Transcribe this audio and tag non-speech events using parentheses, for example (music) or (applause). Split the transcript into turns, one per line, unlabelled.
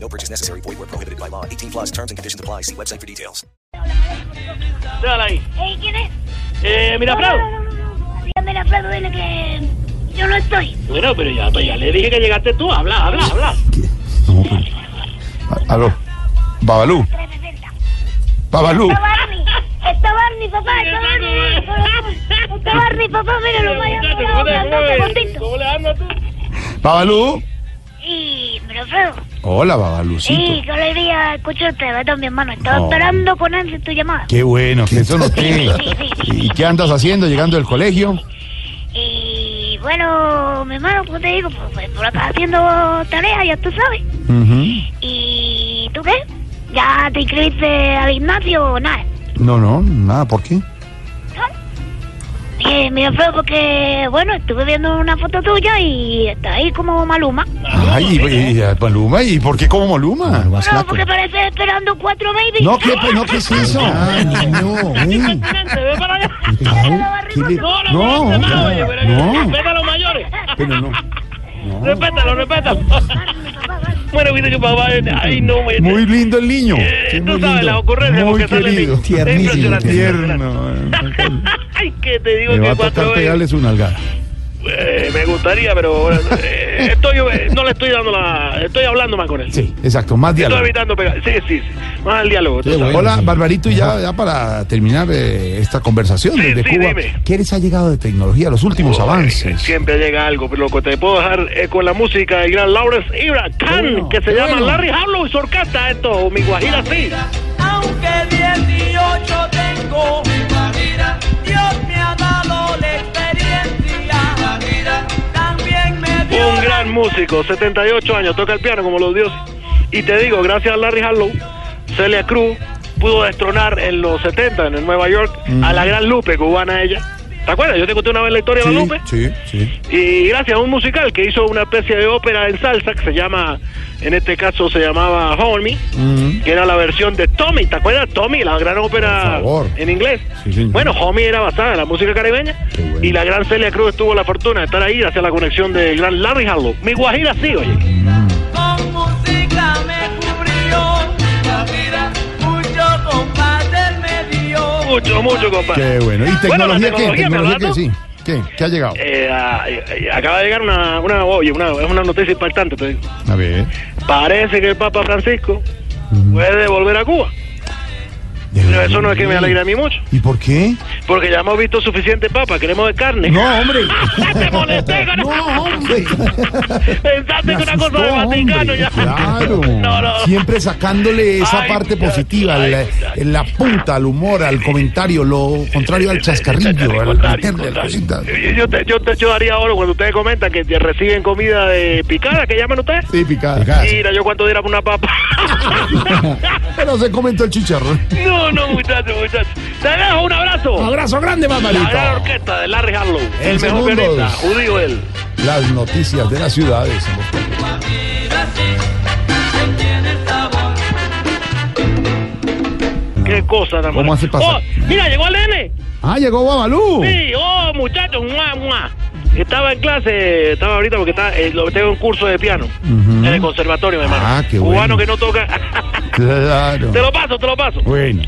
No purchase necessary. Void where prohibited by law. 18 plus terms and conditions apply. See website for details.
Dale ahí.
Ey, ¿quién es?
Eh, mira,
No,
Fran.
no, no, no, no. Dígame la frase de la que yo no estoy.
Bueno, pero ya, pues ya le dije que llegaste tú. Habla, habla, habla.
No, pues. A- Aló. Babalú.
360.
Babalú.
Está Barney. Está Barney, papá. Está Barney. Está Barney, papá. Mira, lo voy a
Muchacho,
voy a
¿cómo te-
hablar
cómo
un
te-
segundito.
¿Cómo le andas tú?
Babalú.
Y, pero Alfredo,
Hola, Babalucito.
sí, que alegría escucharte, Betón, mi hermano. Estaba
No.
esperando con ansia tu llamada.
Qué bueno, que eso no te.
Oh. Sí, sí, sí.
¿Y qué andas haciendo llegando del colegio?
Y, bueno, mi hermano, como te digo, pues, pues, por acá haciendo tareas, ya tú sabes.
Ujú.
¿Y tú qué? ¿Ya te inscribiste al gimnasio o nada?
No, no, nada, ¿por qué?
Eh, mira, Alfredo, porque, bueno, estuve viendo una foto tuya y está ahí como Maluma.
Ay, y, y a Maluma, ¿y por qué como Maluma?
No, porque parece esperando cuatro baby.
No,
(laughs)
¿qué, no, ¿qué es eso?
Vente, ve para allá. No, no,
No,
no, no, oye, pero-
no.
Respeta a los mayores.
Pero no.
Respétalo, respétalo. Bueno, viste que papá. Ay, no, me.
Muy lindo el niño.
Eh,
Sí,
tú
muy
sabes,
lindo.
las ocurrencias
Muy
porque salen
querido.
de- es impresionante. (laughs)
Tierno. eh,
Ay, que te digo
Me va
que
a tocar
cuatro veces.
pegarle su nalgada.
Eh, me gustaría, pero eh, estoy, eh, no le estoy dando la. Estoy hablando más con él.
Sí, exacto, más
Estoy
diálogo.
evitando pegar. Sí, sí, sí. Más el diálogo. tú sabes.
Hola, Barbarito, y ya, ya para terminar eh, esta conversación
Sí,
desde
sí,
Cuba,
dime.
¿qué les ha llegado de tecnología, los últimos avances?
Siempre llega algo, pero lo que te puedo dejar es con la música del gran Lawrence Ibra Khan,
Bueno,
que se
qué
llama
bueno.
Larry Harlow y su orquesta, esto, o mi guajira sí.
Aunque 18 tengo, Dios me ha dado la experiencia. También me dio
Un gran músico, 78 años, toca el piano como los dioses. Y te digo, gracias a Larry Harlow, Celia Cruz pudo destronar en los 70 en Nueva York
Mm.
a la gran Lupe, cubana ella. ¿Te acuerdas? Yo te conté una vez la historia de la Lupe.
sí, sí.
Y gracias a un musical que hizo una especie de ópera en salsa que se llama, en este caso se llamaba Homie.
Mm,
que era la versión de Tommy, ¿te acuerdas? Tommy, la gran
Por
ópera
favor.
en inglés.
Sí, señor.
Bueno, Homie era basada en la música caribeña
Qué bueno.
y la gran Celia Cruz tuvo la fortuna de estar ahí hacia la conexión del gran Larry Harlow. Mi guajira sí, oye.
con música, me cubrió. La vida, mucho compadre me dio.
Mucho, mucho, compadre.
Qué bueno. ¿Y
la
tecnología, qué?
tecnología,
¿Tecnología
Fernando.
qué? Sí. ¿Qué? ¿Qué ha llegado?
Eh, ah, eh, acaba de llegar una, una, oye, una, es una noticia impactante. te digo.
A ver,
Parece que el Papa Francisco puede volver a Cuba.
de
Pero
verdad.
eso no es que me alegra a mí mucho,
¿Y por qué?
porque ya hemos visto suficiente Papa, queremos de carne. (laughs)
No, hombre.
¡Te molesté con
No, hombre.
Pensaste
Me
que una cosa
asustó,
del Vaticano
hombre.
ya.
Claro.
(laughs) No, no.
Siempre sacándole esa
Ay,
parte
muchacho,
positiva,
ay,
la,
muchacho.
la punta al humor, al comentario, lo contrario al chascarrillo, al meterle a la cosita.
Yo- Eh, Yo, te, yo, te, yo haría ahora cuando ustedes comentan que te reciben comida de picada, que llaman ustedes.
Sí, picada. picada.
Mira, yo cuánto diera por una papa.
(laughs)
(laughs)
Pero se comentó el chicharrón.
no, no, muchachos, muchachos. Te dejo (laughs) un abrazo.
Abrazo grande,
La gran
Barbarito.
orquesta de Larry Harlow.
En
El mejor
segundos.
pianista, judío él.
Las noticias de las ciudades.
La vida, sí, tiene el sabor.
Qué cosa tan
Ah. ¿Cómo
buena.
hace pasar?
Oh, mira, llegó el nene.
Ah, llegó Babalú.
Sí, oh, muchachos, mua, mua. Estaba en clase, estaba ahorita porque está, eh, lo- tengo un curso de piano
Ujú.
en el conservatorio, mi hermano.
Ah,
(laughs)
qué
Cubano
bueno.
que no toca.
Claro.
te lo paso, te lo paso.
Bueno.